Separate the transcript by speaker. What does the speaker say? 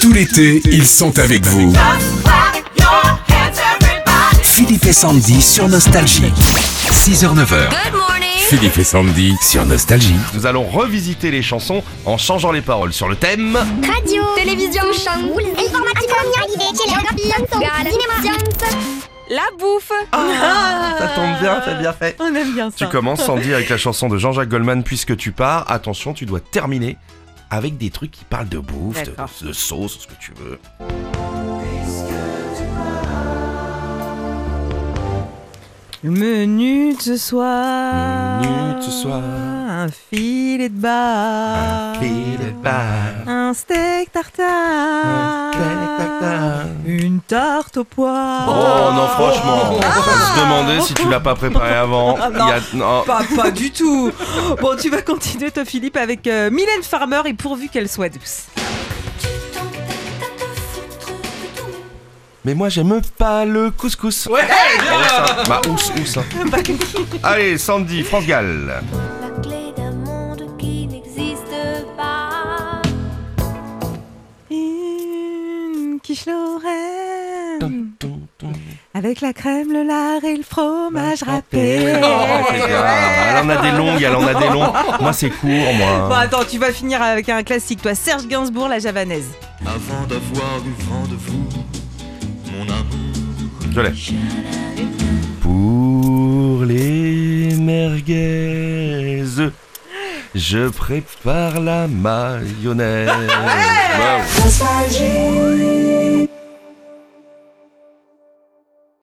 Speaker 1: Tout l'été, ils sont avec vous. Philippe et Sandy sur Nostalgie. 6h-9h.
Speaker 2: Good morning.
Speaker 1: Philippe et Sandy sur Nostalgie.
Speaker 3: Nous allons revisiter les chansons en changeant les paroles sur le thème.
Speaker 2: Radio, télévision, informatique, géographie, La bouffe.
Speaker 3: Ça tombe bien, t'as bien fait.
Speaker 4: Ah, On aime bien ça.
Speaker 3: Tu commences Sandy avec la chanson de Jean-Jacques Goldman puisque tu pars. Attention, tu dois terminer avec des trucs qui parlent de bouffe, de,
Speaker 4: D'accord.
Speaker 3: de sauce, ce que tu veux.
Speaker 4: Le menu de ce soir.
Speaker 3: Menu de ce soir.
Speaker 4: Un filet de bar. Eh Un steak tartare. Une tarte au pois.
Speaker 3: Oh non, franchement, on va se demander si tu l'as pas préparé avant.
Speaker 4: Ah, non.
Speaker 3: Il y a- non.
Speaker 4: Pas, pas du tout. Bon, tu vas continuer, toi, Philippe, avec euh, Mylène Farmer et pourvu qu'elle soit douce.
Speaker 3: Mais moi, j'aime pas le couscous. Ouais, Bah, ous, ous, hein. Allez, Sandy, France Gall.
Speaker 5: La clé d'un monde qui n'existe pas.
Speaker 4: Une quiche
Speaker 3: Hum.
Speaker 4: Lorraine. Avec la crème, le lard et le fromage râpé.
Speaker 3: Oh Elle en a des longues, elle en a des longues. Moi, c'est court,
Speaker 4: Bon,
Speaker 3: moi.
Speaker 4: attends, tu vas finir avec un classique, toi. Serge Gainsbourg, la javanaise.
Speaker 6: Avant d'avoir eu vent de vous, mon amour.
Speaker 3: Je l'ai. Pour les merguez, je prépare la mayonnaise. Wow.